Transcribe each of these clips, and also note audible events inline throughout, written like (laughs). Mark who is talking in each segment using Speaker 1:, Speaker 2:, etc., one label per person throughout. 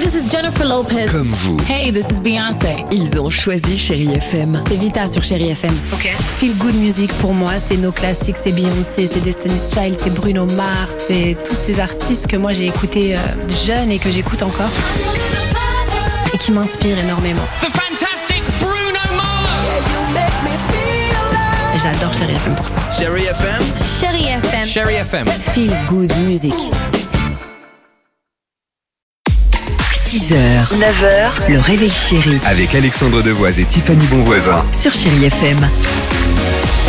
Speaker 1: this is Jennifer Lopez.
Speaker 2: Comme vous,
Speaker 1: Hey, this is Beyoncé.
Speaker 3: Ils ont choisi Chérie FM.
Speaker 1: C'est Vita sur Chérie FM.
Speaker 3: Ok.
Speaker 4: Feel Good Music pour moi, c'est nos classiques, c'est Beyoncé, c'est Destiny's Child, c'est Bruno Mars, c'est tous ces artistes que moi j'ai écoutés euh, jeune et que j'écoute encore et qui m'inspirent énormément.
Speaker 5: The fantastic Bruno Mars.
Speaker 4: J'adore Chérie FM pour ça.
Speaker 2: Chérie FM,
Speaker 1: Chérie FM.
Speaker 5: Sherry FM.
Speaker 3: Feel Good Music. 6h, 9h, le réveil chéri
Speaker 2: avec Alexandre Devoise et Tiffany Bonvoisin.
Speaker 3: sur Chérie FM.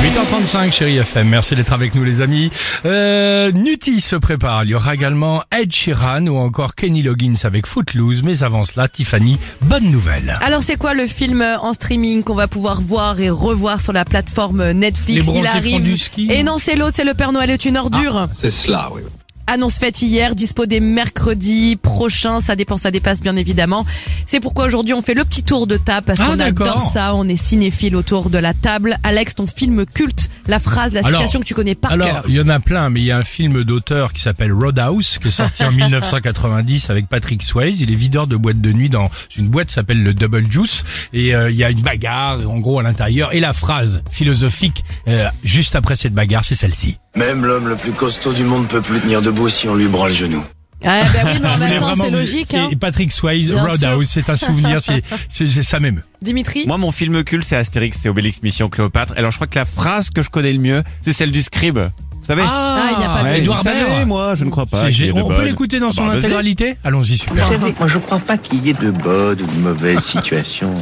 Speaker 6: 8h35, chérie FM. Merci d'être avec nous, les amis. Euh, Nuti se prépare. Il y aura également Ed Sheeran ou encore Kenny Loggins avec Footloose. Mais avant cela, Tiffany, bonne nouvelle.
Speaker 7: Alors c'est quoi le film en streaming qu'on va pouvoir voir et revoir sur la plateforme
Speaker 6: Les
Speaker 7: Netflix
Speaker 6: bronzés font du ski. Ah.
Speaker 7: Et non, c'est l'autre, c'est le Père Noël est une ordure.
Speaker 8: C'est cela, oui.
Speaker 7: Annonce faite hier, dispo dès mercredi prochain, ça dépend, ça dépasse bien évidemment. C'est pourquoi aujourd'hui on fait le petit tour de table parce
Speaker 6: Ah,
Speaker 7: qu'on
Speaker 6: d'accord.
Speaker 7: adore ça, on est cinéphile autour de la table. Alex, ton film culte, la phrase, la
Speaker 6: Alors,
Speaker 7: citation que tu connais par
Speaker 6: Alors,
Speaker 7: cœur.
Speaker 6: il y en a plein, mais il y a un film d'auteur qui s'appelle Roadhouse, qui
Speaker 7: (laughs)
Speaker 6: est sorti en 1990 avec Patrick Swayze. Il est videur de boîte de nuit dans une boîte qui s'appelle le Double Juice. Et euh, il y a une bagarre, en gros, à l'intérieur. Et la phrase philosophique, euh, juste après cette bagarre, c'est celle-ci.
Speaker 8: Même l'homme le plus costaud du monde peut plus tenir debout si on lui broie le genou.
Speaker 7: Ah, bah
Speaker 6: (laughs)
Speaker 7: oui, mais en
Speaker 6: Je
Speaker 7: même
Speaker 6: voulais
Speaker 7: temps,
Speaker 6: vraiment
Speaker 7: c'est
Speaker 6: vous-
Speaker 7: logique.
Speaker 6: c'est
Speaker 7: hein.
Speaker 6: Patrick Swayze,
Speaker 7: Bien
Speaker 6: Roadhouse, c'est un
Speaker 7: (laughs)
Speaker 6: souvenir, c'est, c'est- c'est- ça m'émeut.
Speaker 7: Dimitri,
Speaker 9: Moi, mon film culte, c'est Astérix, c'est Obélix, Mission Cléopâtre. Et Alors, je crois que la phrase que je connais le mieux, c'est celle du scribe. Vous savez
Speaker 6: Ah,
Speaker 7: il y a pas de-
Speaker 9: Ouais,
Speaker 6: Edouard
Speaker 9: vous savez,
Speaker 6: Baird.
Speaker 9: moi, je ne crois pas.
Speaker 6: C'est
Speaker 9: qu'il y ait
Speaker 6: gé-
Speaker 9: de
Speaker 6: On peut
Speaker 9: bonnes.
Speaker 6: l'écouter dans son
Speaker 9: Bah, vas-y.
Speaker 6: intégralité Allons-y, super.
Speaker 10: Vous savez, moi je crois pas qu'il y ait de bonnes ou de mauvaises situations.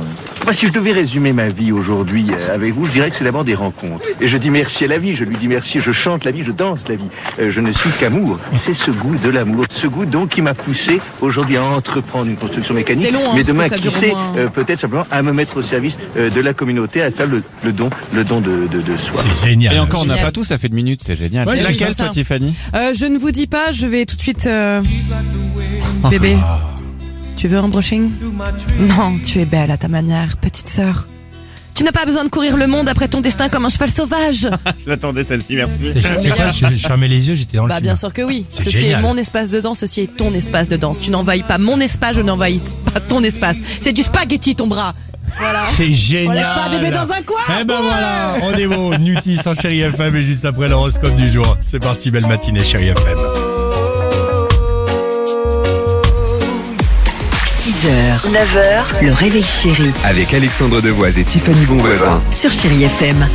Speaker 10: Moi, si je devais résumer ma vie aujourd'hui euh, avec vous, je dirais que c'est d'abord des rencontres. Et je dis merci à la vie, je lui dis merci, je chante la vie, je danse la vie. Euh, Je ne suis qu'amour. C'est ce goût de l'amour, ce goût donc qui m'a poussé aujourd'hui à entreprendre une construction mécanique.
Speaker 7: C'est long, hein,
Speaker 10: mais
Speaker 7: parce que
Speaker 10: demain,
Speaker 7: ça
Speaker 10: qui
Speaker 7: dure au
Speaker 10: sait,
Speaker 7: moins-
Speaker 10: euh, peut-être simplement à me mettre au service euh, de la communauté, à faire le, le don, le don de, de, de soi.
Speaker 6: C'est génial.
Speaker 9: Et encore, on n'a
Speaker 7: Génial.
Speaker 9: pas tous, ça fait de minutes, c'est génial.
Speaker 6: Ouais,
Speaker 9: et
Speaker 6: c'est
Speaker 9: laquelle,
Speaker 7: ça.
Speaker 9: toi, Tiffany
Speaker 7: Euh, je ne vous dis pas, je vais tout de suite... euh,
Speaker 6: Ah.
Speaker 7: Bébé, tu veux un brushing Non, tu es belle à ta manière, petite sœur. Tu n'as pas besoin de courir le monde après ton destin comme un cheval sauvage.
Speaker 9: Je l'attendais, celle-ci, merci.
Speaker 6: C'est- c'est quoi, je, je fermais les yeux, j'étais dans le
Speaker 7: bah
Speaker 6: film.
Speaker 7: bien sûr que oui.
Speaker 6: C'est
Speaker 7: Ceci
Speaker 6: génial.
Speaker 7: est mon espace de danse, ceci est ton espace de danse. Tu n'envahis pas mon espace, je n'envahis pas ton espace. C'est du spaghetti ton bras. Voilà.
Speaker 6: C'est
Speaker 7: On
Speaker 6: génial.
Speaker 7: laisse pas un bébé dans un coin.
Speaker 6: Eh ben
Speaker 7: Ouais.
Speaker 6: voilà, on est bon. Nuti sans chérie FM et juste après l'horoscope du jour. C'est parti, belle matinée, chérie FM.
Speaker 3: 6h, 9h, le réveil chéri
Speaker 2: Avec Alexandre Devoise et Tiffany Bonvoisin.
Speaker 3: sur Chérie FM.